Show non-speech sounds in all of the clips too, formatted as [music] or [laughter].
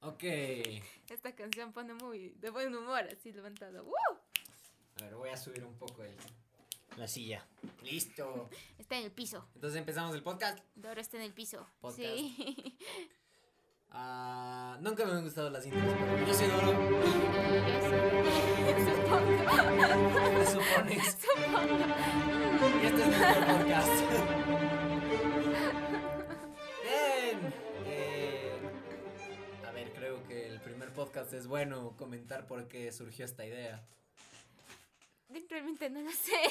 Ok. Esta canción pone muy de buen humor, así levantado. ¡Uh! A ver, voy a subir un poco el- la silla. Listo. Está en el piso. Entonces empezamos el podcast. Doro está en el piso. Podcast. Sí. [laughs] Ah, nunca me han gustado las intros. pero Yo soy Doro. ¿Qué [laughs] supones? Y este es nuestro podcast. Bien. Eh, a ver, creo que el primer podcast es bueno comentar por qué surgió esta idea. Realmente no lo sé.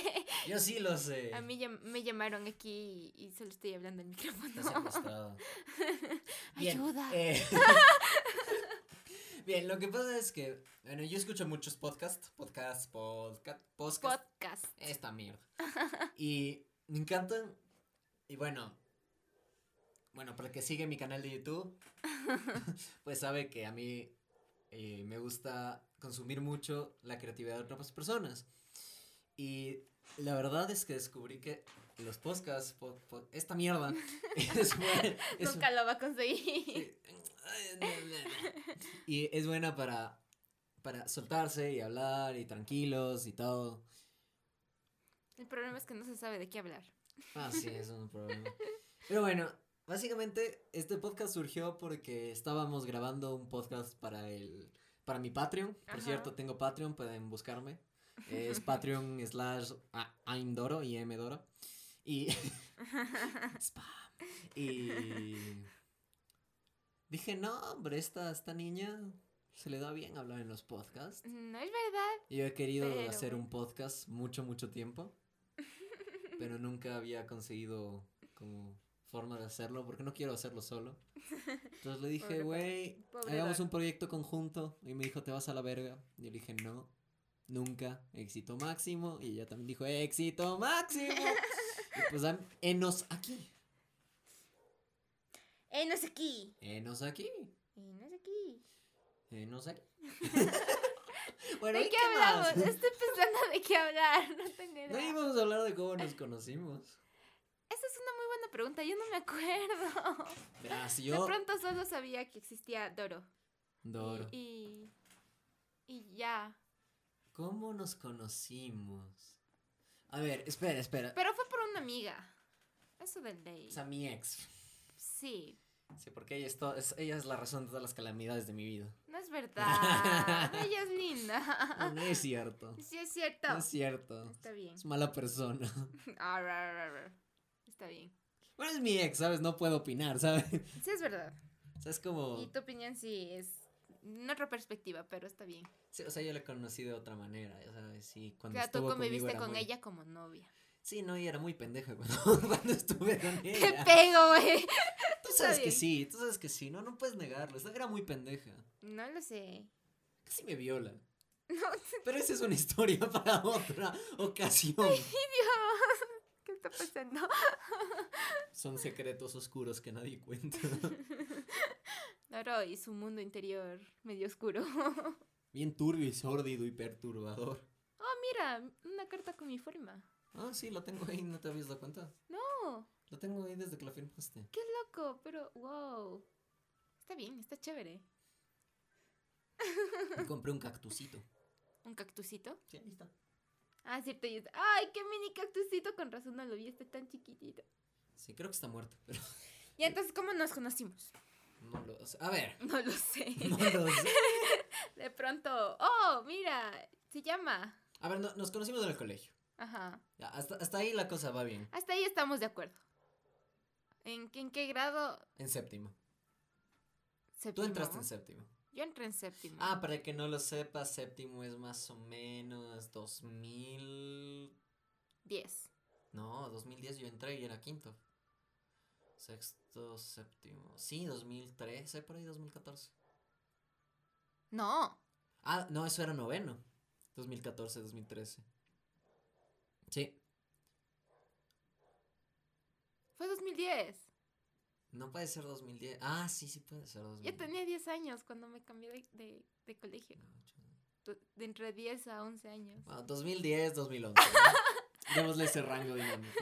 Yo sí lo sé. A mí llam- me llamaron aquí y, y solo estoy hablando al micrófono. Estás acostado. Ayuda. eh, [laughs] Bien, lo que pasa es que, bueno, yo escucho muchos podcasts, podcasts, podcast, podcast, [laughs] Podcast. esta mierda. Y me encantan, y bueno, bueno, para el que sigue mi canal de YouTube, [laughs] pues sabe que a mí eh, me gusta consumir mucho la creatividad de otras personas. Y la verdad es que descubrí que los podcasts, po- po- esta mierda, [laughs] es, buen- es- Nunca lo va a conseguir. Sí. Ay, no, no, no. [laughs] y es buena para, para soltarse y hablar y tranquilos y todo. [laughs] El problema es que no se sabe de qué hablar. Ah, sí, eso no es un problema. Pero bueno, básicamente este podcast surgió porque estábamos grabando un podcast para el para mi Patreon. Por Ajá. cierto, tengo Patreon, pueden buscarme. Eh, Es Patreon slash a- Aimdoro y Mdoro. Y. Spam. Y. Dije, no, hombre, esta, esta niña se le da bien hablar en los podcasts. No es verdad. Yo he querido Pero hacer bueno. un podcast mucho, mucho [laughs] tiempo, pero nunca había conseguido como forma de hacerlo porque no quiero hacerlo solo. Entonces le Pobre dije, pa- güey, pobre hagamos Dora". un proyecto conjunto. Y me dijo, te vas a la verga. Y yo le dije, no, nunca, éxito máximo. Y ella también dijo, éxito [laughs] máximo. y pues am- enos aquí. Eh, no es aquí. Enos aquí. Eh, no es aquí. Enos [laughs] aquí. [laughs] bueno, ¿y ¿De qué qué más? [laughs] hablamos? Estoy pensando de qué hablar. No tengo idea. No íbamos a hablar de cómo nos conocimos. Esa es una muy buena pregunta. Yo no me acuerdo. Verás, De yo. pronto solo sabía que existía Doro. Doro. Y, y, y ya. ¿Cómo nos conocimos? A ver, espera, espera. Pero fue por una amiga. Eso del ley. O sea, mi ex. Sí. Sí, porque ella es, to- es- ella es la razón de todas las calamidades de mi vida. No [laughs] es verdad. Ella es linda. No, no es cierto. [laughs] Sí, es cierto. No es cierto. Está bien. Ah, Es mala persona. [laughs] Ar, ar, ar, ar. Está bien. Bueno, es mi ex, ¿sabes? No puedo opinar, ¿sabes? Sí, es verdad. O sea, es Y como... tu opinión sí es en otra perspectiva, pero está bien. sí, o sea, yo la conocí de otra manera, ya ¿sabes? Sí, cuando Claro, tú estuvo conmigo conviviste era con muy- ella como novia. [laughs] Sí, no, ella era muy pendeja [laughs] cuando, cuando estuve con ¡Te ella. pego, güey! Tú sabes que bien. sí, tú sabes que sí. No, no puedes negarlo. esta Era muy pendeja. No lo sé. [laughs] Casi me viola. Pero esa es una historia [laughs] para otra ocasión. Dios, ¿qué está pasando? Son secretos oscuros que nadie cuenta. [laughs] Doro y su mundo interior medio oscuro. [laughs] Bien turbio y sórdido y perturbador. Mira, una carta con mi forma. Ah, sí, la tengo ahí, ¿no te habías dado cuenta? No, La tengo ahí desde que la firmaste. qué loco, pero wow. Está bien, está chévere. Y compré un cactusito. ¿Un cactusito? Sí, ahí está. Ah, cierto. y es- Ay, qué mini cactusito, con razón no lo vi, está tan chiquitito. Sí, creo que está muerto, pero Y entonces, ¿cómo nos conocimos? [laughs] no lo sé. A ver, [laughs] No lo sé. no lo sé. De pronto, oh, mira, se llama. A ver, no- nos conocimos en el colegio. Ajá. Ya, hasta, hasta ahí la cosa va bien. Hasta ahí estamos de acuerdo. ¿En, qué- en qué grado? En séptimo. Tú Séptimo. entraste en séptimo. Yo entré en séptimo. Ah, para el que no lo sepa, séptimo es más o menos 2000. Diez. No, 2010 yo entré y era quinto. Sexto, séptimo. Sí, 2013, por ahí 2014. No. Ah, no, eso era noveno. 2014, 2013. Sí, Fue 2010. no puede ser 2010. Ah, sí, sí puede ser 2010. Yo tenía 10 años cuando me cambié de, de- de colegio. No, chon- Du- De entre 10 a 11 años. Bueno, 2010, 2011. ¿no? Démosle ese rango dinámico.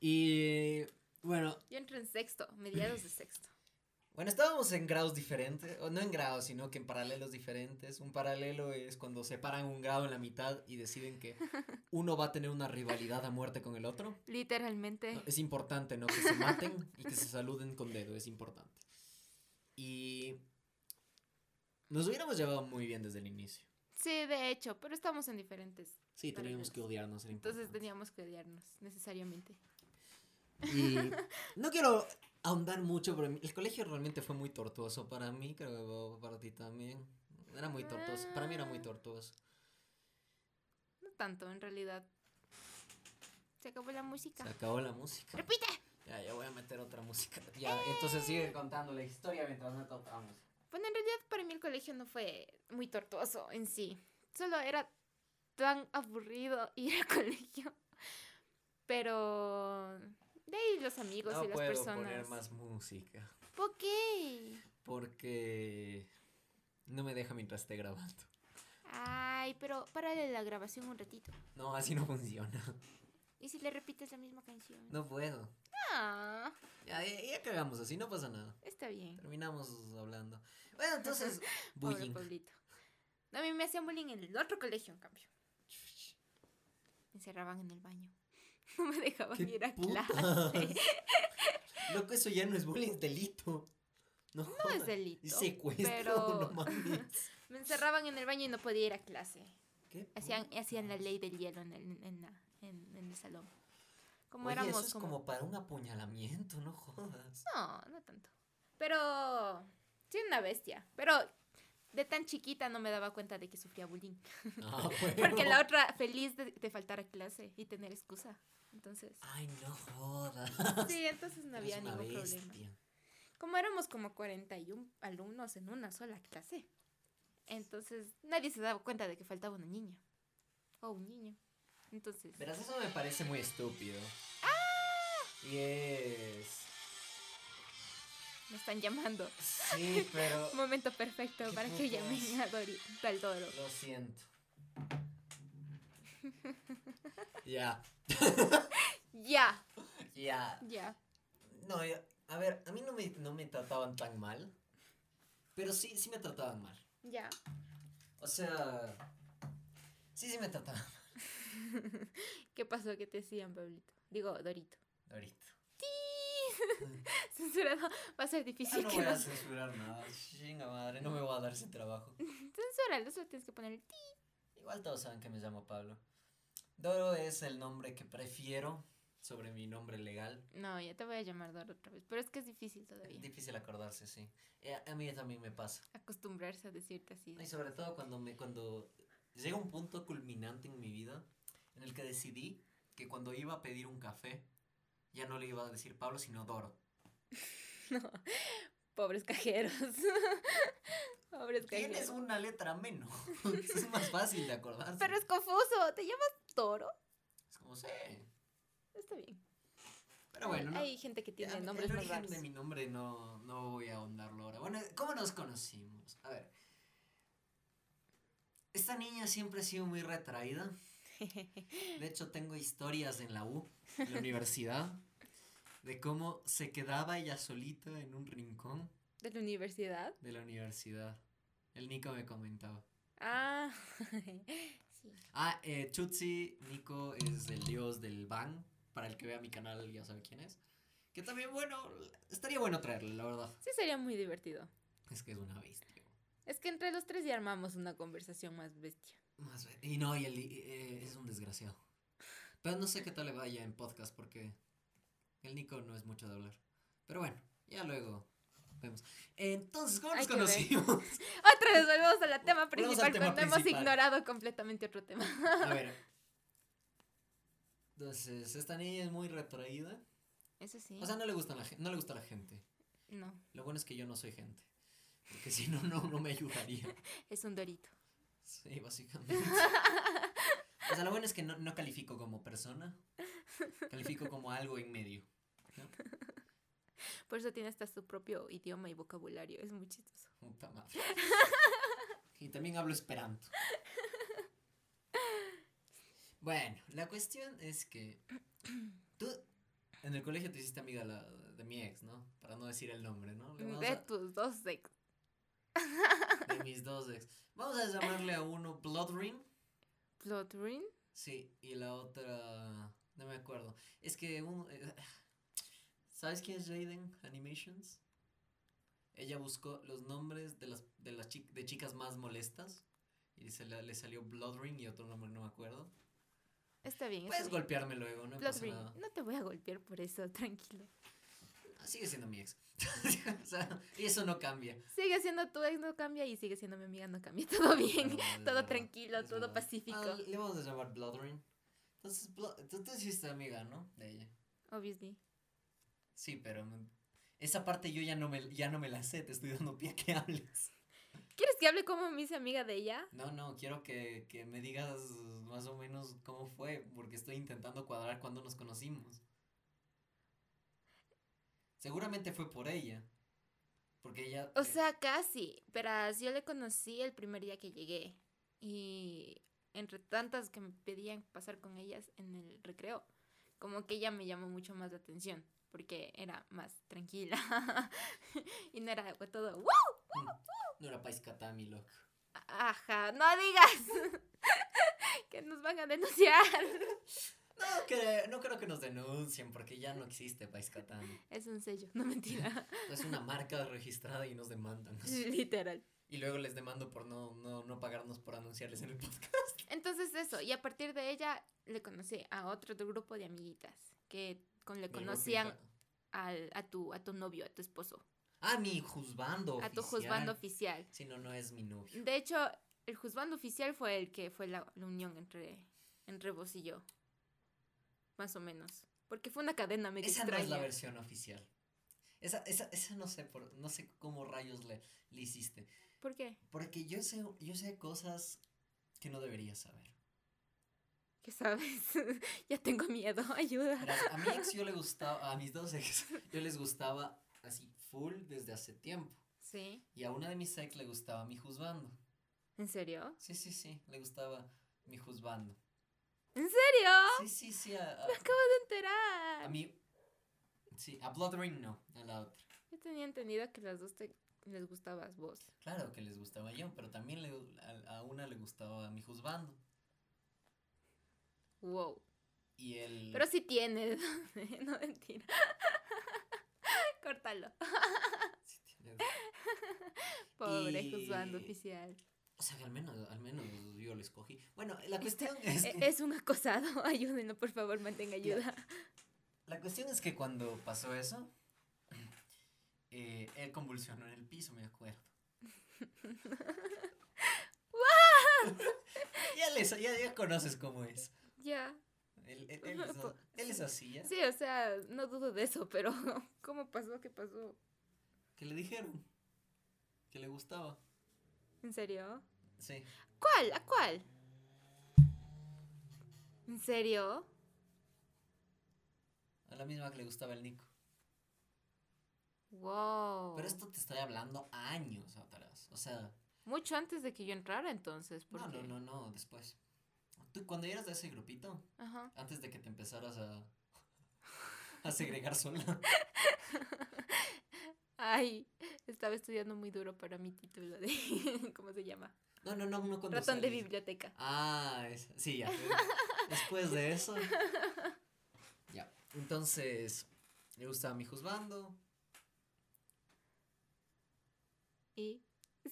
Y bueno, [laughs] Yo entré en sexto, mediados de sexto. Bueno, estábamos en grados diferentes, o no en grados, sino que en paralelos diferentes. Un paralelo es cuando separan un grado en la mitad y deciden que uno va a tener una rivalidad a muerte con el otro. Literalmente. No, es importante, ¿no? Que se maten y que se saluden con dedo, es importante. Y nos hubiéramos llevado muy bien desde el inicio. Sí, de hecho, pero estamos en diferentes. Sí, teníamos paralelos. que odiarnos. era Entonces importante. teníamos que odiarnos, necesariamente. Y no quiero ahondar mucho, pero el colegio realmente fue muy tortuoso para mí, creo que Bob, para ti también. Era muy tortuoso, para mí era muy tortuoso. No tanto, en realidad. Se acabó la música. Se acabó la música. ¡Repite! Ya, ya voy a meter otra música. Ya, entonces sigue contando la historia mientras no tocamos. Bueno, en realidad para mí el colegio no fue muy tortuoso en sí. Solo era tan aburrido [laughs] ir al colegio. Pero de ahí los amigos No y las puedo personas. poner más música ¿Por qué? porque no me deja mientras esté grabando. Ay, pero párale la grabación un ratito. No, así no funciona. ¿Y si le repites la misma canción? No puedo. Ah, Ya, ya, ya cagamos así, no pasa nada. está bien. Terminamos hablando. Bueno, [laughs] entonces, Pobre bullying. Pablito. No, a mí me hacían bullying en el otro colegio, en cambio. Me encerraban en el baño. [laughs] No me dejaban ¡Qué ir a putas! [laughs] clase. Loco, eso ya no es bullying, es delito. No, No es jodas. delito. Es secuestro, pero- no [laughs] mames. Me encerraban en el baño y no podía ir a clase. ¿Qué Hacían, putas? hacían la ley del hielo en el, en la- en- en el salón. Como Oye, éramos eso es como... como... para un apuñalamiento, no [laughs] jodas. No, no tanto. Pero sí una bestia. Pero de tan chiquita no me daba cuenta de que sufría bullying. [laughs] No, Porque huevo. la otra feliz de, de faltar a clase y tener excusa. Entonces, Ay, no jodas. sí, entonces [laughs] no había Eres Ah, una ningún problema. bestia. Como éramos como 41 alumnos en una sola clase. Entonces, nadie se daba cuenta de que faltaba una niña. O un niño. Entonces, Verás, eso me parece muy estúpido. ¡Ah! Y es. me están llamando. Sí, [laughs] pero. Momento perfecto Qué para que llamen putas. a Dori, al Doro. Lo siento. Ya, Ya, ya. ya. No, ya- a ver, a mí no me, no me trataban tan mal. Pero sí, sí me trataban mal. Ya. O sea. Sí, sí me trataban [laughs] mal. ¿Qué pasó que te decían, Pablito? Digo, Dorito. [laughs] Ahorita. Censurado. Va a ser Ah, difícil no que voy a nos... censurar nada. Chinga madre, no me voy a dar ese trabajo. Censúralo, solo tienes que poner el ti. Igual todos saben que me llamo Pablo. Doro es el nombre que prefiero sobre mi nombre legal. No, ya te voy a llamar Doro otra vez. Pero es que es difícil Es todavía. Difícil acordarse, sí. Eh, A mí también me pasa. Acostumbrarse a decirte así. Y sobre todo cuando me cuando llega un punto culminante en mi vida en el que decidí que cuando iba a pedir un café ya no le iba a decir Pablo sino Doro. No. Pobres cajeros. [laughs] Pobres Tienes cajeros. una letra [laughs] menos. es más fácil de acordarse. Pero es confuso. ¿Te llamas Doro? Es como sí. Está bien. Pero Ah, bueno, no. Hay gente que Ya, tiene el nombres más origen raros. de mi nombre no, no voy a ahondarlo ahora. Bueno, ¿cómo nos conocimos? A ver. Esta niña siempre ha sido muy retraída. De hecho, tengo historias en la U, en la universidad, de cómo se quedaba ella solita en un rincón [laughs] ¿De la universidad? de la universidad. El Nico me comentaba. Ah. [laughs] sí. Ah, eh, Chutzi, Nico es el dios del van. Para el que vea mi canal ya sabe quién es. Que también, bueno, estaría bueno traerle, la verdad. Sí, sería muy divertido. Es que es una bestia. Es que entre los tres ya armamos una conversación más bestia. Más ve- Y no, y el, y- eh, es un desgraciado. Pero no sé qué tal le vaya en podcast porque el Nico no es mucho de hablar. Pero bueno, ya luego vemos. Entonces, ¿cómo nos Hay que ver. [laughs] conocimos? Otra vez volvemos al Volvemos tema al principal tema cuando hemos principal. ignorado completamente otro tema. A ver. Entonces, esta niña es muy retraída. Eso sí. O sea, no le, gusta la, gen- no le gusta la gente. no, Lo bueno es que yo no soy gente. Porque si no, no, no me ayudaría. es un dorito. Sí, básicamente. [laughs] O sea, lo bueno es que no, no califico como persona. Califico como algo en medio. Por eso tiene hasta su propio idioma y vocabulario. Es muy chistoso. Puta madre. Y también hablo esperanto. Bueno, la cuestión es que tú En el colegio te hiciste amiga la- de mi ex, ¿no? Para no decir el nombre, ¿no? Le vamos De a- tus dos ex. de mis dos ex. Vamos a llamarle a uno Bloodring. Plotrin. Sí, y la otra. No me acuerdo. Es que uno. eh, ¿Sabes quién es Raiden Animations? Ella buscó los nombres de las, de las chi- de chicas más molestas. Y se le, le salió Bloodring y otro nombre no me acuerdo. Está bien. Puedes está bien. golpearme luego, no pasa Plotrin, nada. no te voy a golpear por eso, [laughs] tranquilo. Ah, Sigue siendo mi ex. [laughs] o sea, eso no cambia. Sigue siendo tu ex, no cambia y sigue siendo mi amiga, no cambia. [laughs] Todo [laughs] bien, Bueno, es todo verdad, tranquilo, es todo verdad. pacífico. Ah, le vamos a llamar Bloodring. Entonces, Blo- tú te hiciste amiga, ¿no? De ella. Obviously. Sí, pero mm, esa parte yo ya no me, ya no me la sé, te estoy dando pie a que hables. ¿Quieres que hable como me hice amiga de ella? No, no, quiero que, que me digas más o menos cómo fue, porque estoy intentando cuadrar cuándo nos conocimos. Seguramente fue por ella. Porque ella... O eh, sea, casi. Pero yo le conocí el primer día que llegué. Y entre tantas que me pedían pasar con ellas en el recreo, como que ella me llamó mucho más la atención. Porque era más tranquila. [laughs] y no era todo. "Wow". No era Pais Katami, loco. Ajá, no digas. [laughs] que nos van a denunciar. No, que, no creo que nos denuncien, porque ya no existe Pais Katami. Es un sello, no mentira. Es una marca registrada y nos demandan. Literal. Y luego les demando por no, no, no pagarnos por anunciarles en el podcast. Entonces eso, y a partir de ella le conocí a otro tu grupo de amiguitas que con le Del grupo conocían infa- al, a, tu, a tu novio, a tu esposo, Ah, mi juzgando a tu juzgando oficial. Si no, no es mi novio. De hecho, el juzgando oficial fue el que fue la, la unión entre, entre vos y yo. Más o menos. Porque fue una cadena medio Esa no es extraña. la versión oficial. Esa, esa, esa no sé por, no sé cómo rayos le, le hiciste. ¿Por qué? Porque yo sé, yo sé cosas que no debería saber. ¿Qué sabes? [laughs] ya tengo miedo, [laughs] ayuda. Verás, a mi ex yo le gustaba, a mis dos ex, yo les gustaba así full desde hace tiempo. Sí, Y a una de mis ex le gustaba mi juzgando. ¿en serio? Sí, sí, sí, le gustaba mi juzgando. ¿En serio? Sí, sí, sí, a, [laughs] Me a, acabo de a enterar. mi... Sí, a Bloodring no, a la otra. Yo tenía entendido que las dos te- les gustabas vos. Claro que les gustaba yo, pero también le, a, a una le gustaba mi juzgando. Wow. Y él. Pero sí tienes. [laughs] no mentira. [laughs] Córtalo. sí tiene- Pobre Y- juzgando oficial. O sea, que al menos, al menos yo lo escogí. Bueno, la cuestión es E- que, Es un acosado. [laughs] Ayúdenlo, por favor, mantenga ayuda. la cuestión es que cuando pasó eso, eh, él convulsionó en el piso, me [laughs] acuerdo. ya, les, ya, ya conoces cómo es. Ya. Él, él- él es, a- él es así, ¿eh? ¿ya? Sí, o sea, no dudo de eso, pero [laughs] ¿cómo pasó? ¿Qué pasó? Que le dijeron que le gustaba. ¿En serio? Sí. ¿Cuál? ¿A cuál? ¿En serio? A la misma que le gustaba el Nico. Wow. Pero esto te estoy hablando años atrás. O sea, Mucho antes de que yo entrara entonces. no, Porque... no, no, no, después. Tú cuando eras de ese grupito, Ajá. antes de que te empezaras a, [laughs] a segregar sola. Ay, estaba estudiando muy duro para mi título de. [laughs] ¿Cómo se llama? [laughs] No, no, no, no cuando Ratón de salí. biblioteca. Ah, es- sí, ya. Después de eso. Ya. Entonces, le gustaba mi juzgando. Y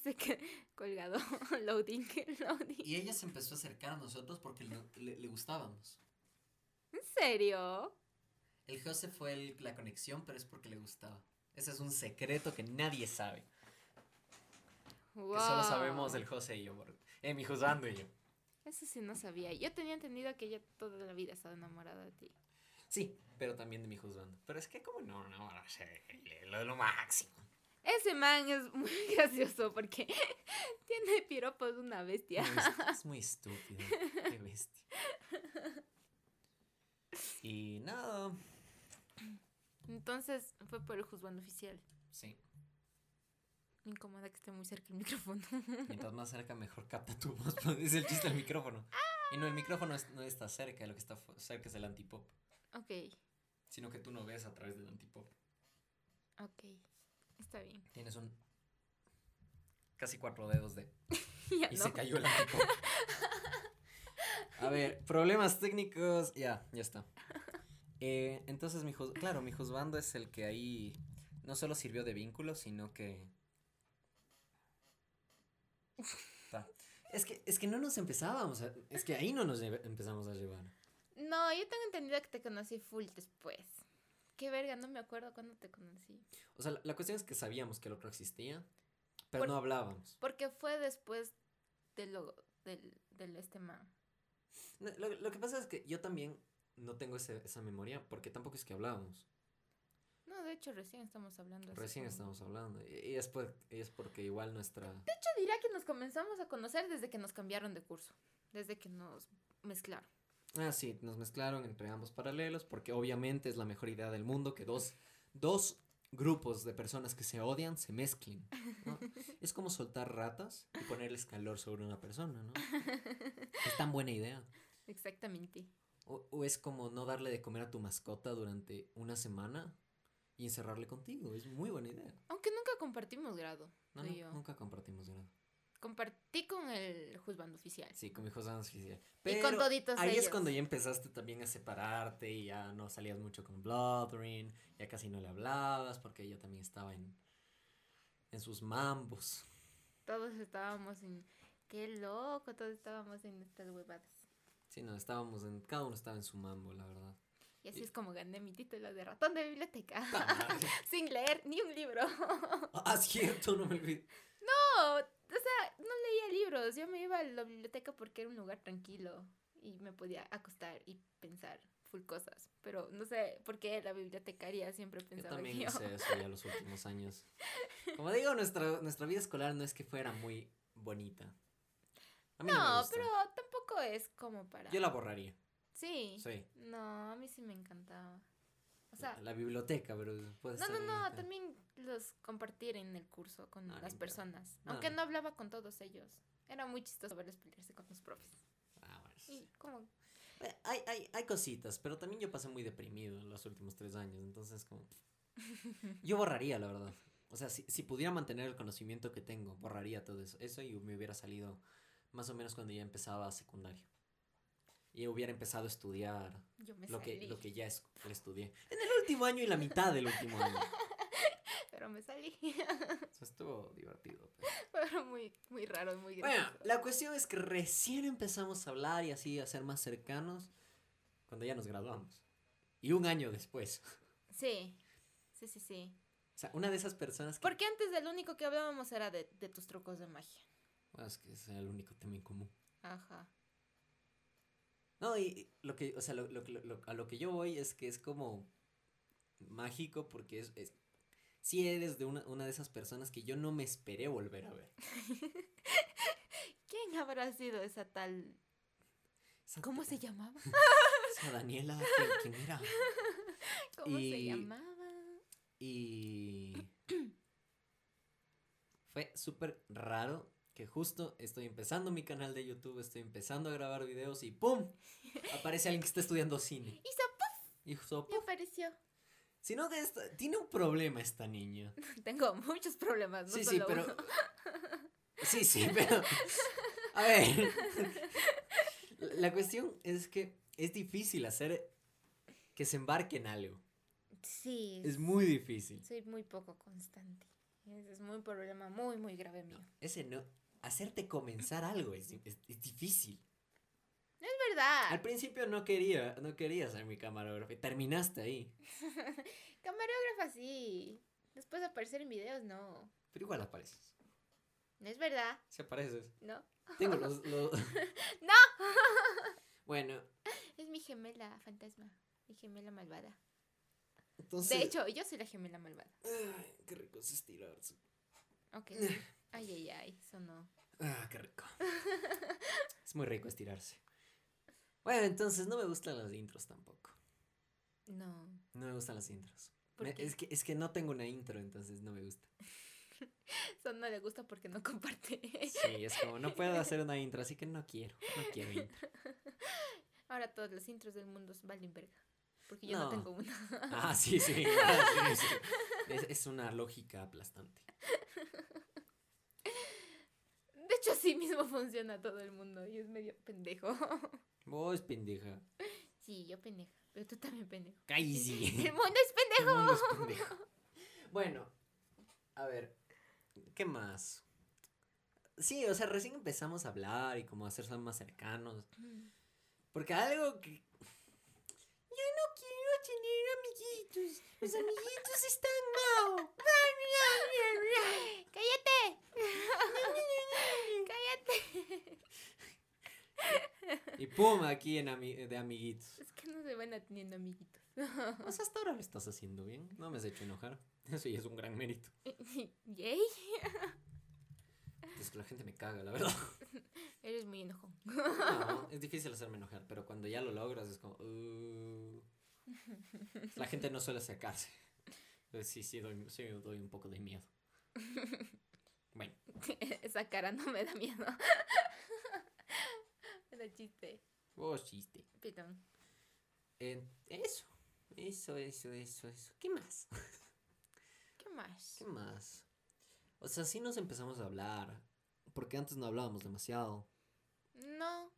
se que [laughs] colgado. loading, [laughs] loading. Y ella se empezó a acercar a nosotros porque le, le- le gustábamos. ¿En serio? El José fue el- la conexión, pero es porque le gustaba. Ese es un secreto que nadie sabe. Wow. Que solo sabemos el José y yo. por- Eh, mi juzgando y yo. Eso sí no sabía. Yo tenía entendido que ella toda la vida estaba enamorada de ti. Sí, pero también de mi juzgando. Pero es que como no, no, no sé, lo, lo máximo. Ese man es muy [laughs] gracioso porque [laughs] tiene piropos de una bestia. Es, es muy estúpido, qué bestia. Y nada, [laughs] Entonces fue por el juzgando oficial. sí, Me incomoda que esté muy cerca el micrófono. [laughs] mientras más cerca mejor capta tu voz, pero es el chiste del micrófono. Y no, el micrófono es- no está cerca, lo que está fu- cerca es el antipop. ok. sino que tú no ves a través del antipop. Ok, está bien. [laughs] Tienes un casi cuatro dedos de [laughs] Ya y no. se cayó el antipop. A ver, problemas técnicos. Ya, ya está. Eh, entonces, mi juz- claro, mi juzgando es el que ahí no solo sirvió de vínculo, sino que. Ta. Es que, es que no nos empezábamos, a- es que ahí no nos lleve- empezamos a llevar. No, yo tengo entendido que te conocí full después. Qué verga, no me acuerdo cuándo te conocí. O sea, la, la cuestión es que sabíamos que el otro existía, pero Por- no hablábamos. Porque fue después de lo, del, del este man. No, Lo, lo que pasa es que yo también no tengo ese- esa memoria porque tampoco es que hablábamos. No, de hecho, recién estamos hablando. así Recién como- estamos hablando. Y, y es, por- y es porque igual nuestra... Yo diría que nos comenzamos a conocer desde que nos cambiaron de curso. Desde que nos [laughs] mezclaron. Ah, sí, nos mezclaron entre ambos paralelos porque obviamente es la mejor idea del mundo que dos, dos grupos de personas que se odian se mezclen. [laughs] ¿no? es como soltar ratas y ponerles calor sobre una persona, ¿no? Es tan buena idea. Exactamente. O, o es como no darle de comer a tu mascota durante una semana y encerrarle contigo. Es muy buena idea. Aunque nunca compartimos grado. No, tú y no, yo. nunca compartimos grado. Compartí con el juzgando oficial. Sí, con mi José oficial. y con toditos ahí ellos. es cuando ya empezaste también a separarte y ya no salías mucho con Bloodring, ya casi no le hablabas porque ella también estaba en, en sus mambos. Todos estábamos en... Qué loco, todos estábamos en nuestras huevadas. Sí, no, estábamos en, cada uno estaba en su mambo, la [laughs] verdad. Y así Y- es como gané mi título de ratón de biblioteca. Ta madre. [laughs] Sin leer ni un libro. ah, cierto, no me olvidé. No, o sea, no leía libros. Yo me iba a la biblioteca porque era un lugar tranquilo y me podía acostar y pensar full cosas. Pero no sé por qué la bibliotecaria siempre Yo pensaba que también yo. hice eso ya los últimos años. Como digo, nuestra, nuestra vida escolar no es que fuera muy bonita. A mí no, me [laughs] No, gusta. pero tampoco es como para. Yo la borraría, Sí. sí. No, a mí sí me encantaba. O sea, la biblioteca, pero puede no, estar no, bien no, acá. también los compartir en el curso con Ah, ni las pedo. personas. No, aunque no. no hablaba con todos ellos. Era muy chistoso verles pelearse con los profes. Ah, bueno, sí. Y como Eh, Hay, hay, hay cositas, pero también yo pasé muy deprimido en los últimos tres años, entonces como... Yo borraría, la verdad. O sea, si, si pudiera mantener el conocimiento que tengo, borraría todo eso. Eso y me hubiera salido más o menos cuando ya empezaba secundario. Y hubiera empezado a estudiar yo me lo salí. que, lo que ya es, lo estudié. En el último año y la mitad del último [laughs] año. [laughs] Pero me salí. Eso estuvo divertido. pero- [laughs] Pero muy, muy raro, muy Bueno, gracioso. la cuestión es que recién empezamos a hablar y así a ser más cercanos cuando ya nos graduamos. Y un año después. Sí, sí, sí, sí. O sea, una de esas personas que... Porque antes del único que hablábamos era de, de tus trucos de magia. Bueno, es que es el único tema en común. Ajá. No, y- y lo que, o sea, lo, lo- lo- lo- a lo que yo voy es que es como mágico porque es... es sí eres de una, una de esas personas que yo no me esperé volver a ver. ¿Quién habrá sido esa tal... Esa- ¿Cómo se llamaba? Esa Daniela, ¿quién- ¿quién era? [laughs] ¿Cómo se Y- llamaba? Y fue súper raro que justo estoy empezando mi canal de YouTube, estoy empezando a grabar videos y ¡pum! Aparece alguien que está estudiando cine. Y so- Y so- me apareció. Sino que esta- tiene un problema esta niña. [laughs] Tengo muchos problemas, no sí, solo sí, pero... uno. Sí, sí, pero... A ver. La cuestión es que es difícil hacer que se embarque en algo. [laughs] Sí, Es muy difícil. soy muy poco constante. Ese es muy problema muy, muy grave mío. Ese no... Hacerte comenzar algo es- es- es difícil. Es verdad. Al principio no quería, no quería ser mi camarógrafo y terminaste ahí. Camarógrafa sí. Después de aparecer en videos, no. Pero igual apareces. No es verdad, Si apareces. ¿no? Tengo los. los- [laughs] ¡No! Bueno, Es mi gemela fantasma, mi gemela malvada. entonces. De hecho, yo soy la gemela malvada. Ay, qué rico es estirarse. [laughs] Ok. Ay, ay, ay, eso no. Ah, qué rico. Es muy rico estirarse. Bueno, entonces no me gustan las intros tampoco. No. No me gustan las intros. ¿Por Me- qué? es, que, es que no tengo una intro, entonces no me gusta. [laughs] Eso no le gusta porque no comparte. [laughs] Sí, es como, no puedo hacer una intro, así que no quiero. No quiero intro. Ahora todos los intros del mundo valen verga. Porque yo no, No. tengo una. [laughs] Ah, sí, sí. ah, sí, sí. Es, es una lógica aplastante. De hecho, así mismo funciona todo el mundo y es medio pendejo. [laughs] Vos, pendeja. Sí, yo pendeja, pero tú también [laughs] pendejo. Cállese. El mundo es pendejo. [laughs] El mundo es pendejo. Bueno, a ver, ¿qué más? Sí, o sea, recién empezamos a hablar y como a hacerse más cercanos. Porque algo que... Yo no quiero tener amiguitos. Los amiguitos están mal. [laughs] ¡Cállate! ¡Cállate! [laughs] Y pum, aquí en ami- de amiguitos. Es que no se van atendiendo amiguitos. [laughs] O sea, hasta ahora lo estás haciendo bien. No me has hecho enojar. Eso ya es un gran mérito. Yay, Es que la gente me caga, la verdad. eres muy enojón. No, es difícil hacerme enojar, pero cuando ya lo logras es como... "Uh". La gente no suele acercarse. Entonces, sí, sí, doy, sí, doy un poco de miedo. Bueno, [laughs] Esa cara no me da miedo. [laughs] Me da chiste. vos oh, chiste. Pitón. Eh, eso, eso, eso, eso, eso. ¿Qué más? ¿Qué más? ¿Qué más? O sea, sí nos empezamos a hablar, porque antes no hablábamos demasiado, No.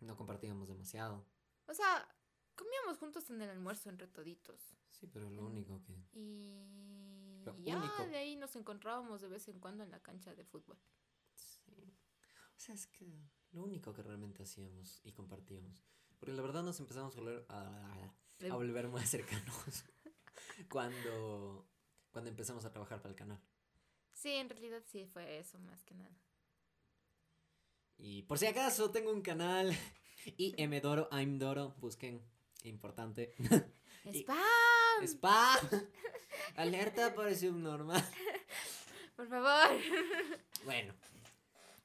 no compartíamos demasiado. O sea, comíamos juntos en el almuerzo entre toditos. Sí, pero lo único que... Y Lo ya único. de ahí nos encontrábamos de vez en cuando en la cancha de fútbol. Sí. O sea, es que lo único que realmente hacíamos y compartíamos. Porque la verdad nos empezamos a volver, a, De- a volver más cercanos [laughs] cuando, cuando empezamos a trabajar para el canal. Sí, en realidad sí fue eso más que nada. Y por si acaso tengo un canal [laughs] IM Doro, I'm Doro, busquen, importante. Y- ¡Spam! Spa. [laughs] Alerta por subnormal. Por favor. [laughs] Bueno.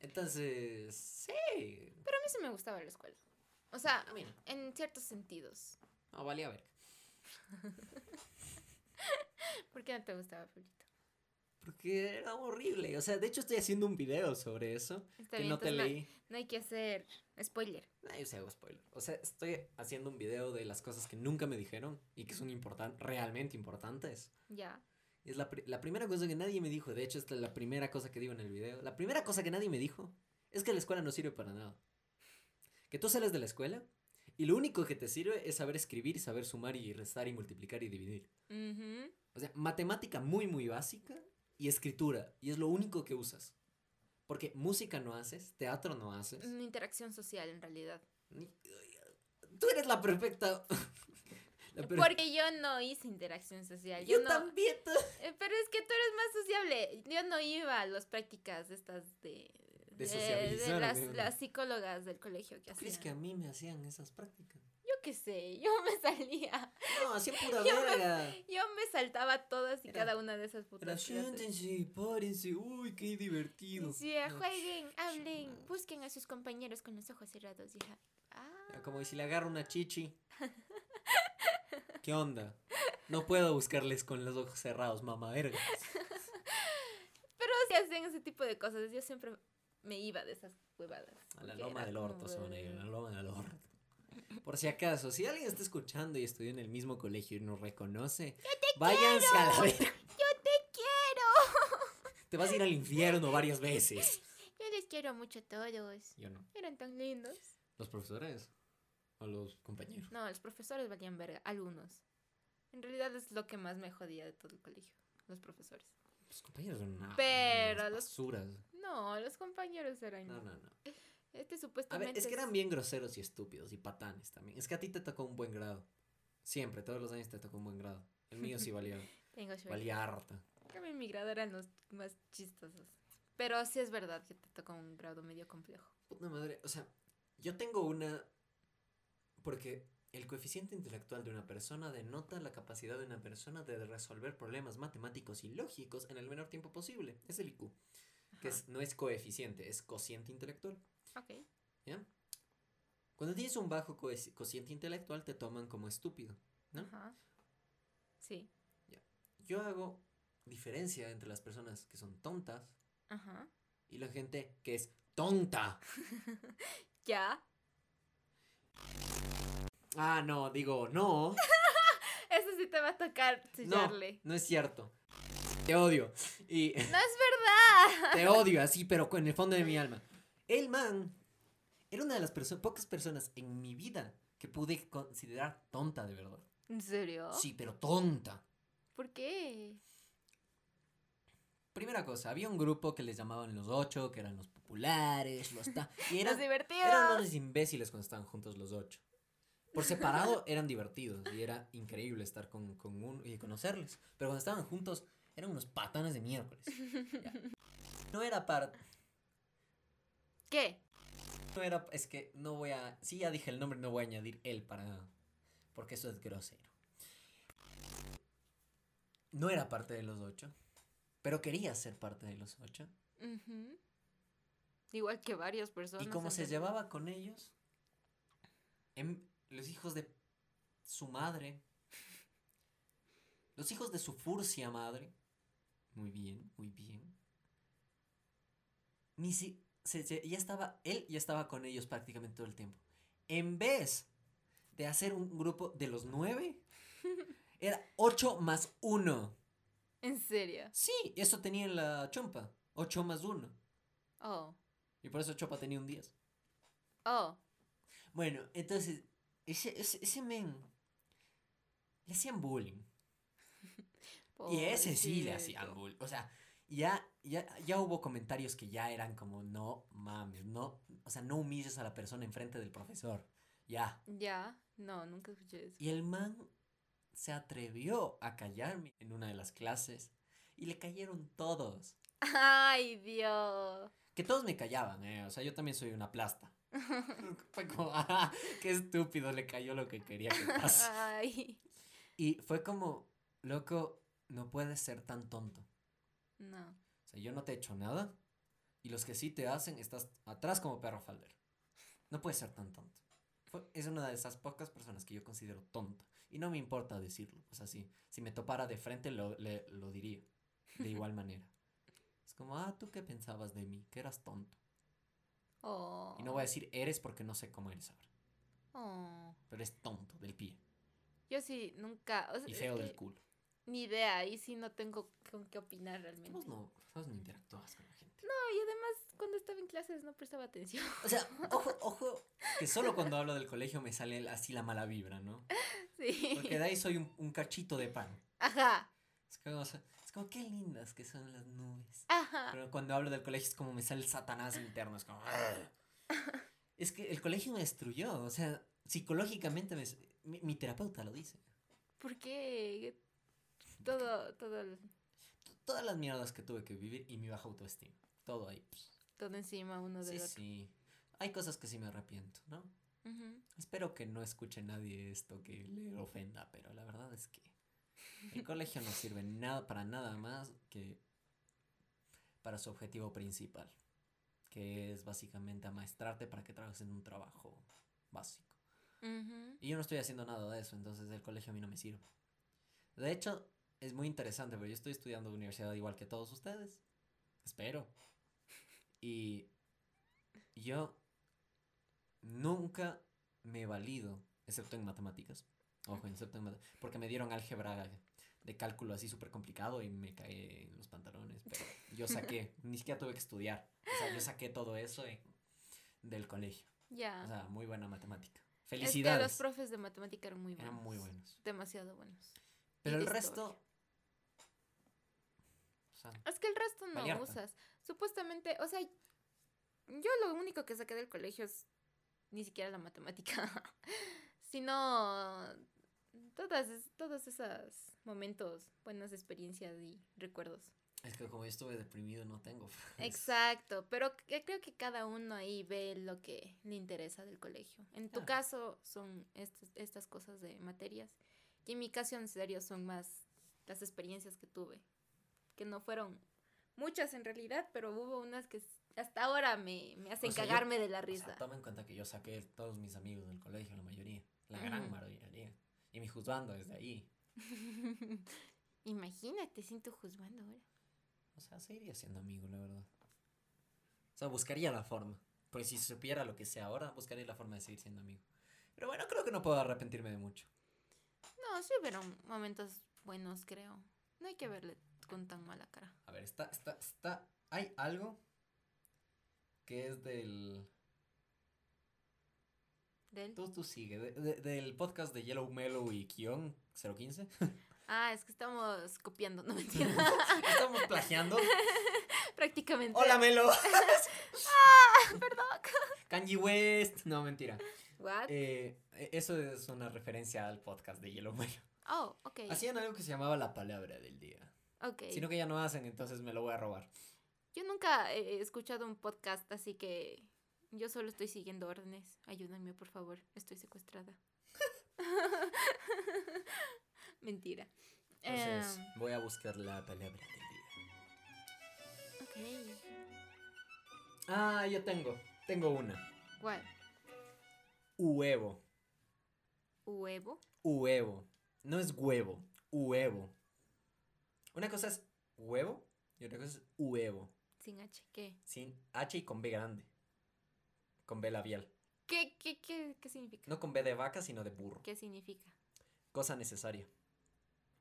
Entonces, sí. Pero a mí sí me gustaba la escuela. O sea, Ah, mira, en ciertos sentidos. no valía ver. ¿Por qué no te gustaba, Pablito? Porque era horrible. O sea, de hecho estoy haciendo un video sobre eso. Está que bien, no te entonces no- leí. No, hay que hacer spoiler. No, yo sí hago spoiler. O sea, estoy haciendo un video de las cosas que nunca me dijeron y que son importan realmente importantes. Ya. Es la, pri- la primera cosa que nadie me dijo. De hecho, esta es la primera cosa que digo en el video. La primera cosa que nadie me dijo es que la escuela no sirve para nada. Que tú sales de la escuela y lo único que te sirve es saber escribir, saber sumar y restar y multiplicar y dividir. Ujú. O sea, matemática muy, muy básica y escritura. Y es lo único que usas. Porque música no haces, teatro no haces. Una interacción social, en realidad. Ni- Tú eres la perfecta. [laughs] la per- Porque yo no hice interacción social. Yo, Eh, Yo no. también. tú- Eh, Pero es que tú eres más sociable. Yo no iba a las prácticas estas de. De sociabilizar, ¿o las, qué onda? las psicólogas del colegio que ¿Crees que a hacían. mí me hacían esas prácticas? Yo qué sé, [laughs] yo me salía. No, [laughs] hacían pura Yo me- verga. Yo me saltaba todas y Era- cada una de esas Pero putas. clases. siéntense, párense. Uy, qué divertido. Sí, No, jueguen, hablen, madre. busquen a sus compañeros con los ojos cerrados. hija. Ah, ya, Como si le agarro una chichi. ¿Qué onda? No puedo buscarles con los ojos cerrados, mamá verga. pero si hacen ese tipo de cosas, yo siempre me iba de esas huevadas. A la porque loma era del como, orto se van a ir, a "Ugh". la loma del orto. Por si acaso, si alguien está escuchando y estudió en el mismo colegio y nos reconoce, váyanse a la verga. Yo te quiero. [laughs] Te vas a ir al infierno varias veces. Yo les quiero mucho a todos. Yo no. Eran tan lindos. ¿Los profesores? ¿O los compañeros? No, los profesores valían verga, algunos. En realidad es lo que más me jodía de todo el colegio, los profesores. Los compañeros eran una- Pero unas los- basuras. No, los compañeros eran... No, no, no. Este A supuestamente... ver, es que eran bien groseros y estúpidos y patanes también. Es que a ti te tocó un buen grado. Siempre, todos los años te tocó un buen grado. El mío sí valía, [laughs] Tengo suerte. valía harta. Que mi grado eran los más chistosos. Pero sí es verdad que te toca un grado medio complejo. Puta madre, o sea, yo tengo una... Porque el coeficiente intelectual de una persona denota la capacidad de una persona de resolver problemas matemáticos y lógicos en el menor tiempo posible. Es el IQ. Que Ajá. es- no es coeficiente, es cociente intelectual. Ok. ¿Ya? Cuando tienes un bajo coe- cociente intelectual te toman como estúpido. ¿No? Ajá. Sí. Yo hago diferencia entre las personas que son tontas Ajá. y la gente que es tonta. Ya. Ah, no, digo, no. Eso sí te va a tocar No, sellarle. no es cierto. Te odio. Y [laughs] No. es verdad. te odio así, pero con el fondo de mi alma. El man era una de las perso- pocas personas en mi vida que pude considerar tonta de verdad. ¿En serio? Sí, pero tonta. ¿Por qué? Primera cosa, había un grupo que les llamaban los ocho, que eran los populares, los ta- y Los eran, divertidos. eran unos imbéciles cuando estaban juntos los ocho. Por separado eran divertidos y era increíble estar con, con uno y conocerles. Pero cuando estaban juntos eran unos patanes de miércoles. Ya. No era para... ¿Qué? No era... Es que no voy a... Sí, ya dije el nombre, no voy a añadir él para... Porque eso es grosero. No era parte de los ocho, pero quería ser parte de los ocho. Ujú. Igual que varias personas. Y como se hacen- llevaba con ellos, em- los hijos de su madre, los hijos de su furcia madre, muy bien, muy bien, ni si, se- se- ya estaba, él ya estaba con ellos prácticamente todo el tiempo. En vez de hacer un grupo de los nueve, era ocho más uno. ¿En serio? Sí, eso tenía en la chompa, ocho más uno. Oh. Y por eso Chopa tenía un 10. Oh. Bueno, entonces, ese, ese, ese men le hacían bullying. Y ese sí le hacían pobrecito. bullying. O sea, ya, ya, ya hubo comentarios que ya eran como, no mames, no, o sea, no humilles a la persona enfrente del profesor. Ya. Ya. No, nunca escuché eso. [laughs] Y el man se atrevió a callarme en una de las clases y le cayeron todos. Ay, Dios. Que todos me callaban, ¿eh? O sea, yo también soy una plasta. Fue como, [laughs] ah, qué estúpido, le cayó lo que quería que [laughs] pase. Ay. Y fue como, loco, no puedes ser tan tonto. No. O sea, yo no te he hecho nada. Y los que sí te hacen, estás atrás como perro faldero. No puedes ser tan tonto. Fue- es una de esas pocas personas que yo considero tonta. Y no me importa decirlo. O sea, sí, si me topara de frente, lo, le- lo diría. De [laughs] igual manera. Es como, ah, ¿tú qué pensabas de mí? Que eras tonto. Oh. Y no voy a decir eres porque no sé cómo eres ahora. Oh. Pero es tonto del pie Yo sí, nunca. o sea, y es feo del que culo. Ni idea. Ahí sí no tengo con qué opinar realmente. Vos no, vos no interactuabas con la gente. No, y además cuando estaba en clases no prestaba atención. [laughs] O sea, ojo, ojo, que solo cuando hablo del colegio me sale así la mala vibra, ¿no? Sí. Porque de ahí soy un, un cachito de pan. Ajá. Es como, o sea, es como qué lindas que son las nubes. Ajá. Pero cuando hablo del colegio es como me sale el satanás interno, es como... "Arr". Es que el colegio me destruyó, o sea, psicológicamente me- mi, mi terapeuta lo dice. Porque todo, todo, el- T- Todas las mierdas que tuve que vivir y mi baja autoestima, todo ahí. todo encima uno del Sí, otro. sí. Hay cosas que sí me arrepiento, ¿no? Ujú. Espero que no escuche nadie esto que le ofenda, pero la verdad es que el colegio no sirve nada para nada más que para su objetivo principal, que es básicamente amaestrarte para que trabajes en un trabajo básico. Ujú. Y yo no estoy haciendo nada de eso, entonces el colegio a mí no me sirve. De hecho, es muy interesante, pero yo estoy estudiando universidad igual que todos ustedes. Espero. Y yo nunca me valido, excepto en matemáticas. Ojo, excepto en matemáticas. Porque me dieron álgebra de cálculo así súper complicado y me caí en los pantalones. Pero yo [laughs] saqué, ni siquiera tuve que estudiar. O sea, yo saqué todo eso en- del colegio. Ya. O sea, muy buena matemática. Ah. es que Felicidades. los profes de matemática eran muy buenos. Eran muy buenos. Demasiado buenos. Pero el de resto. historia. o sea, Es que el resto no Vallarta. usas. Supuestamente, o sea, yo lo único que saqué del colegio es ni siquiera la matemática, [laughs] sino todas, es- todos esos momentos, buenas experiencias y recuerdos. es que como yo estuve deprimido, no tengo. pues. Exacto, pero c- creo que cada uno ahí ve lo que le interesa del colegio. En tu Claro. caso son estas, estas cosas de materias y en mi caso en serio son más las experiencias que tuve, que no fueron muchas en realidad, pero hubo unas que s- hasta ahora me, me hacen O sea, yo- cagarme de [laughs] la O risa. sea, toma en cuenta que yo saqué a todos mis amigos del colegio, la mayoría. La gran Ujú. mayoría. Y mi juzgando desde ahí. [laughs] Imagínate, siento juzgando ahora. O sea, seguiría siendo amigo, la verdad. O sea, buscaría la forma. Porque si supiera lo que sé ahora, buscaría la forma de seguir siendo amigo. Pero bueno, creo que no puedo arrepentirme de mucho. No, No, sí hubieron momentos buenos, creo. No hay que Mm. verle con tan mala cara. A ver, está, está, está. Hay algo que es del. De él. Tú, tú sigue, de- de- del podcast de Yellow Mellow y Kion 015. Ah, es que estamos [laughs] copiando, no mentira. Estamos plagiando. [laughs] Prácticamente. ¡Hola, Melo! ¡Ah! Perdón. Kanji West. No, mentira. What? Eh, e- eso es una referencia al podcast de Yellow Mellow. oh, ok. Hacían algo que se llamaba la palabra del día. Ok. Sino que ya no hacen, entonces me lo voy a robar. Yo nunca he escuchado un podcast, así que yo solo estoy siguiendo órdenes. Ayúdenme, por favor. Estoy secuestrada. [laughs] Mentira. Entonces Em, voy a buscar la palabra del día. Em, ok. Ah, yo tengo. Tengo una. ¿Cuál? Huevo. ¿Huevo? Huevo. No es huevo. Huevo. Una cosa es huevo y otra cosa es huevo. Sin H. ¿Qué? Sin H y con B grande. Con B labial. ¿Qué, qué, qué, qué significa? No con B de vaca, sino de burro. ¿Qué significa? Cosa necesaria.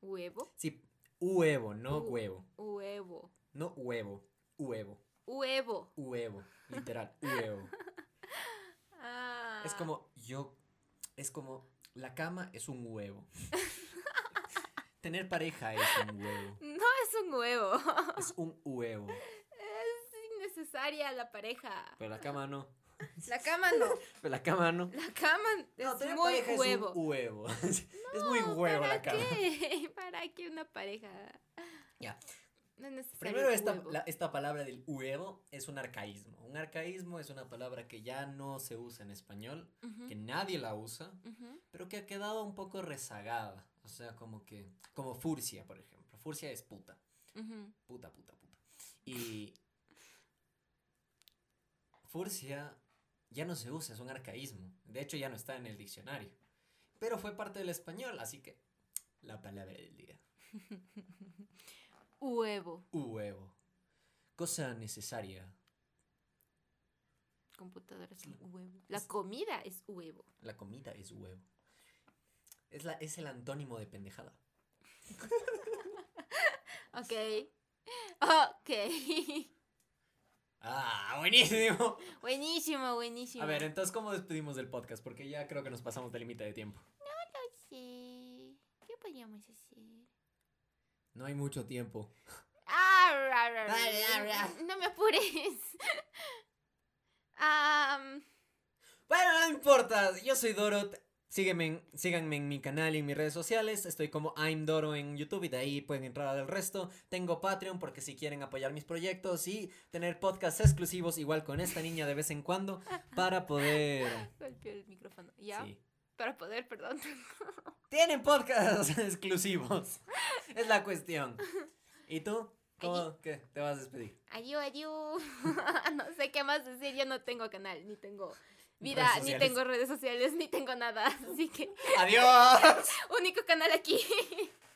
¿Huevo? Sí, huevo, no Hu- huevo. Huevo. No huevo. Huevo. Huevo. Huevo. Literal, huevo. Ah. Es como yo. Es como la cama es un huevo. Tener pareja es un huevo. No es un huevo. [laughs] Es un huevo. Es innecesaria la pareja. Pero la cama no. La cama no. Pero la cama no. [laughs] La cama No, es tener muy pareja huevo. es un huevo. [laughs] es muy No, huevo ¿para la cama. Qué? [laughs] ¿Para qué una pareja? Ya. No es necesario. Primero, esta, huevo. la- esta palabra del huevo es un arcaísmo. Un arcaísmo es una palabra que ya no se usa en español, Ujú, que nadie la usa, ujú. pero que ha quedado un poco rezagada. O sea, como que. Como furcia, por ejemplo. Furcia es puta. Ujú. Puta, puta, puta. Y. Furcia ya no se usa, es un arcaísmo. De hecho, ya no está en el diccionario. Pero fue parte del español, así que. La palabra del día. Huevo. Huevo. Cosa necesaria. Computadora es Sí. huevo. La Es- comida es huevo. La comida es huevo. Es, la, es el antónimo de pendejada. Ok. [laughs] Ok. [laughs] ¡Ah, buenísimo! buenísimo, buenísimo. A ver, entonces, ¿cómo despedimos del podcast? Porque ya creo que nos pasamos del límite de tiempo. Sí. ¿Qué podríamos decir? No hay mucho tiempo. Ah, ra, ra, ra, Dale, ra. ra, ra. No me apures. [laughs] Am, Bueno, no importa. Yo soy Dorot. Sígueme en- síganme en mi canal y en mis redes sociales. Estoy como I'm Doro en YouTube y de ahí pueden entrar al resto. Tengo Patreon porque si quieren apoyar mis proyectos y tener podcasts exclusivos igual con esta niña de vez en cuando para poder... golpeó el micrófono. ¿Ya? Sí. Para poder, perdón. Tienen podcasts [laughs] exclusivos. Es la cuestión. ¿Y tú? ¿Cómo que te vas a despedir? Adiós, adiós. [laughs] no sé qué más decir. Yo no tengo canal, ni tengo vida, Redes ni sociales. [laughs] tengo redes sociales, ni tengo nada. Así que, Adiós. único canal aquí. [laughs]